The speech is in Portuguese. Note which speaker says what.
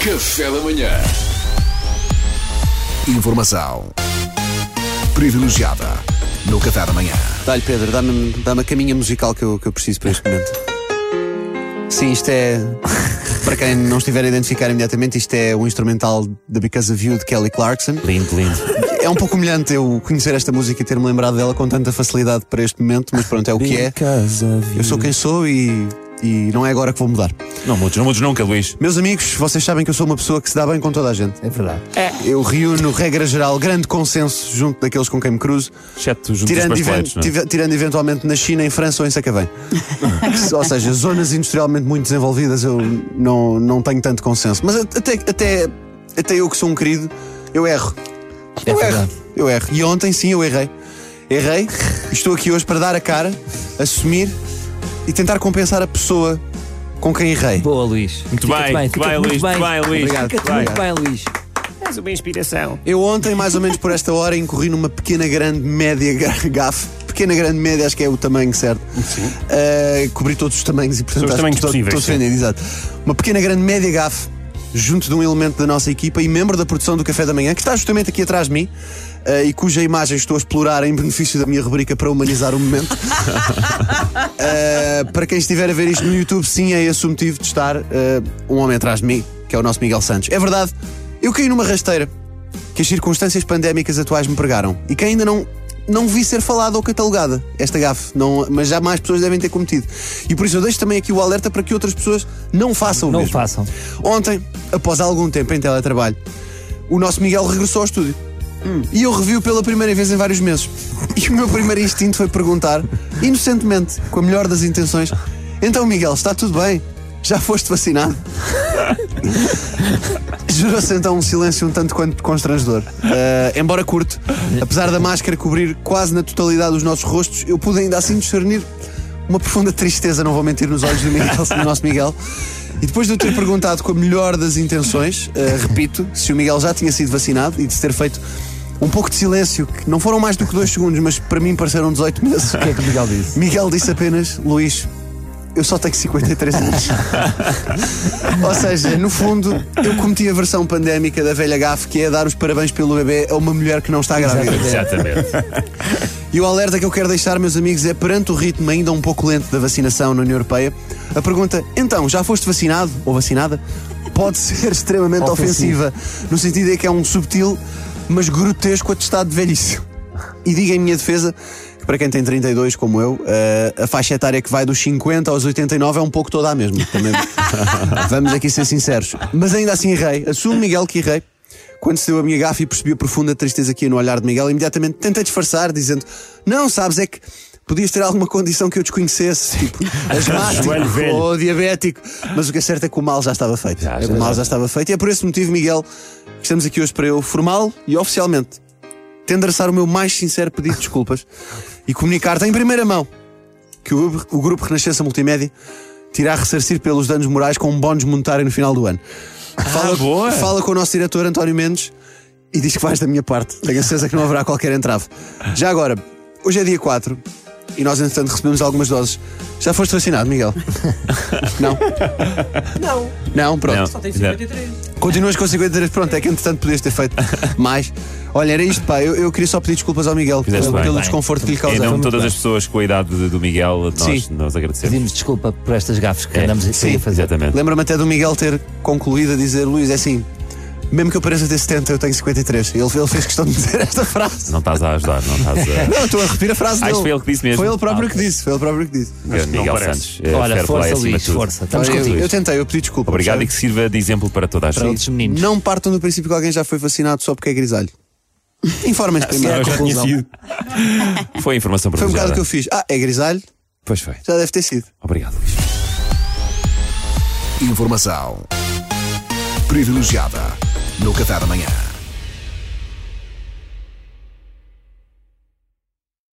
Speaker 1: Café da Manhã. Informação privilegiada no Café da Manhã.
Speaker 2: Dá-lhe, Pedro, dá-me dá a caminha musical que eu, que eu preciso para este momento. Sim, isto é. Para quem não estiver a identificar imediatamente, isto é um instrumental da Because of You de Kelly Clarkson.
Speaker 3: Lindo, lindo.
Speaker 2: É um pouco humilhante eu conhecer esta música e ter-me lembrado dela com tanta facilidade para este momento, mas pronto, é o que é.
Speaker 3: Because of
Speaker 2: Eu sou quem sou e, e não é agora que vou mudar.
Speaker 3: you. Não mudes, não mudes nunca, Luís.
Speaker 2: Meus amigos, vocês sabem que eu sou uma pessoa que se dá bem com toda a gente.
Speaker 4: É verdade.
Speaker 2: Eu reúno, regra geral, grande consenso junto daqueles com quem me cruzo,
Speaker 3: Exceto junto
Speaker 2: tirando,
Speaker 3: dos
Speaker 2: even-
Speaker 3: pasteleiros, não é?
Speaker 2: tive- tirando eventualmente na China, em França ou em Sacavém. ou seja, zonas industrialmente muito desenvolvidas eu não, não tenho tanto consenso. Mas at- até, até, até eu que sou um querido, eu erro.
Speaker 4: É
Speaker 2: eu erro.
Speaker 4: verdade.
Speaker 2: Eu erro. E ontem sim eu errei. Errei. Estou aqui hoje para dar a cara, assumir e tentar compensar a pessoa com quem errei.
Speaker 4: Boa, Luís.
Speaker 3: Muito
Speaker 4: Fica-te
Speaker 3: bem, muito
Speaker 4: fica-te
Speaker 3: bem,
Speaker 4: muito
Speaker 3: Luís, muito bem, Luís.
Speaker 4: Fica-te
Speaker 3: Obrigado,
Speaker 4: muito bem, Luís.
Speaker 5: És uma inspiração.
Speaker 2: Eu ontem, mais ou menos por esta hora, incorri numa pequena, grande, média gra- gafe. Pequena, grande, média, acho que é o tamanho certo. Sim. cobri todos os tamanhos e, portanto,
Speaker 5: os
Speaker 2: acho
Speaker 5: tamanhos
Speaker 2: que estou-
Speaker 5: possíveis,
Speaker 2: estou
Speaker 5: sim.
Speaker 2: defendido, exato. Uma pequena, grande, média gafe, junto de um elemento da nossa equipa e membro da produção do Café da Manhã, que está justamente aqui atrás de mim. eh, e cuja imagem estou a explorar em benefício da minha rubrica para humanizar o momento. Eh, para quem estiver a ver isto no YouTube, sim, é esse o motivo de estar eh, um homem atrás de mim, que é o nosso Miguel Santos. É verdade, eu caí numa rasteira que as circunstâncias pandémicas atuais me pregaram e que ainda não, não vi ser falada ou catalogada, esta gafe, não, mas já mais pessoas devem ter cometido. E por isso eu deixo também aqui o alerta para que outras pessoas não façam o
Speaker 4: Não o
Speaker 2: mesmo.
Speaker 4: façam.
Speaker 2: Ontem, após algum tempo em teletrabalho, o nosso Miguel regressou ao estúdio. E eu revi-o pela primeira vez em vários meses. E o meu primeiro instinto foi perguntar, inocentemente, com a melhor das intenções: Então, Miguel, está tudo bem? Já foste vacinado? Gerou-se então um silêncio um tanto quanto constrangedor. Eh, embora curto, apesar da máscara cobrir quase na totalidade os nossos rostos, eu pude ainda assim discernir uma profunda tristeza, não vou mentir, nos olhos do, Miguel, do nosso Miguel. E depois de eu ter perguntado com a melhor das intenções, eh, repito, se o Miguel já tinha sido vacinado e de se ter feito um pouco de silêncio, que não foram mais do que dois segundos, mas para mim pareceram 18 meses,
Speaker 4: O que é que o Miguel disse?
Speaker 2: Miguel disse apenas, Luís, eu só tenho 53 anos. Ou seja, no fundo, eu cometi a versão pandémica da velha gafe, que é dar os parabéns pelo bebê a uma mulher que não está grávida.
Speaker 3: Exatamente.
Speaker 2: E o alerta que eu quero deixar, meus amigos, é perante o ritmo ainda um pouco lento da vacinação na União Europeia, a pergunta, então, já foste vacinado ou vacinada? Pode ser extremamente ofensiva, no sentido é que é um subtil, mas grotesco atestado de velhice. E diga em minha defesa que para quem tem 32, como eu, eh, a faixa etária que vai dos 50 aos 89 é um pouco toda a mesma. Também- Vamos aqui ser sinceros. Mas ainda assim errei. Assumo, Miguel, que errei. Quando se deu a minha gafa e percebi a profunda tristeza que ia no olhar de Miguel, imediatamente tentei disfarçar, dizendo: Não, sabes, é que podias ter alguma condição que eu desconhecesse, tipo asmático
Speaker 3: Joelho velho.
Speaker 2: ou diabético. Mas o que é certo é que o mal já estava feito. o mal já estava feito. E é por esse motivo, Miguel, que estamos aqui hoje para eu, formal e oficialmente, te endereçar o meu mais sincero pedido de desculpas e comunicar-te em primeira mão que o, o Grupo Renascença Multimédia te irá ressarcir pelos danos morais com um bónus monetário no final do ano. Fala,
Speaker 3: Ah, boa.
Speaker 2: fala com o nosso diretor António Mendes e diz que vais da minha parte. Tenho a certeza que não haverá qualquer entrave. Já agora, hoje é dia 4 e nós, entretanto, recebemos algumas doses. Já foste vacinado, Miguel? não?
Speaker 4: Não.
Speaker 2: Não? Pronto.
Speaker 3: Não.
Speaker 2: Continuas com 53, pronto, é que entretanto podias ter feito mais. Olha, era isto, pá, eu, eu queria só pedir desculpas ao Miguel
Speaker 3: Fizeste
Speaker 2: pelo,
Speaker 3: bem,
Speaker 2: pelo
Speaker 3: bem.
Speaker 2: desconforto que lhe
Speaker 3: Em
Speaker 2: causaram.
Speaker 3: nome de todas as pessoas com a idade de- do Miguel, nós,
Speaker 2: Sim.
Speaker 3: nós agradecemos.
Speaker 4: Pedimos desculpa por estas gafes que
Speaker 3: É,
Speaker 4: andamos
Speaker 3: Sim,
Speaker 4: a fazer.
Speaker 3: exatamente.
Speaker 2: Lembra-me até do Miguel ter concluído a dizer, Luís, é assim, mesmo que eu pareça ter 70, eu tenho 53. Ele, ele fez questão de dizer esta frase.
Speaker 3: Não estás a ajudar, não estás a.
Speaker 2: Não, estou a repetir a frase
Speaker 3: Ah,
Speaker 2: dele.
Speaker 3: isto foi ele que disse mesmo.
Speaker 2: Foi ele próprio
Speaker 3: Ah,
Speaker 2: que disse, foi ele próprio que disse.
Speaker 3: Grande
Speaker 5: não
Speaker 3: Miguel
Speaker 5: parece.
Speaker 3: Santos. eh,
Speaker 4: Olha,
Speaker 3: fair play
Speaker 4: força,
Speaker 3: acima de
Speaker 4: Luís,
Speaker 3: tudo.
Speaker 4: força. Estamos
Speaker 2: Olha, eu,
Speaker 4: contigo.
Speaker 2: eu tentei, eu pedi desculpa.
Speaker 3: Obrigado
Speaker 2: sabe?
Speaker 3: e que sirva de exemplo para toda a
Speaker 4: Para
Speaker 3: gente.
Speaker 4: outros meninos.
Speaker 2: Não partam do princípio que alguém já foi vacinado só porque é grisalho. Informem-se
Speaker 3: é,
Speaker 2: primeiro.
Speaker 3: Foi a informação
Speaker 2: é Foi um bocado
Speaker 3: privilegiada.
Speaker 2: o que eu fiz. Ah, é grisalho?
Speaker 3: Pois foi.
Speaker 2: Já deve ter sido.
Speaker 3: Obrigado, Luís.
Speaker 1: Informação privilegiada no Café da Manhã.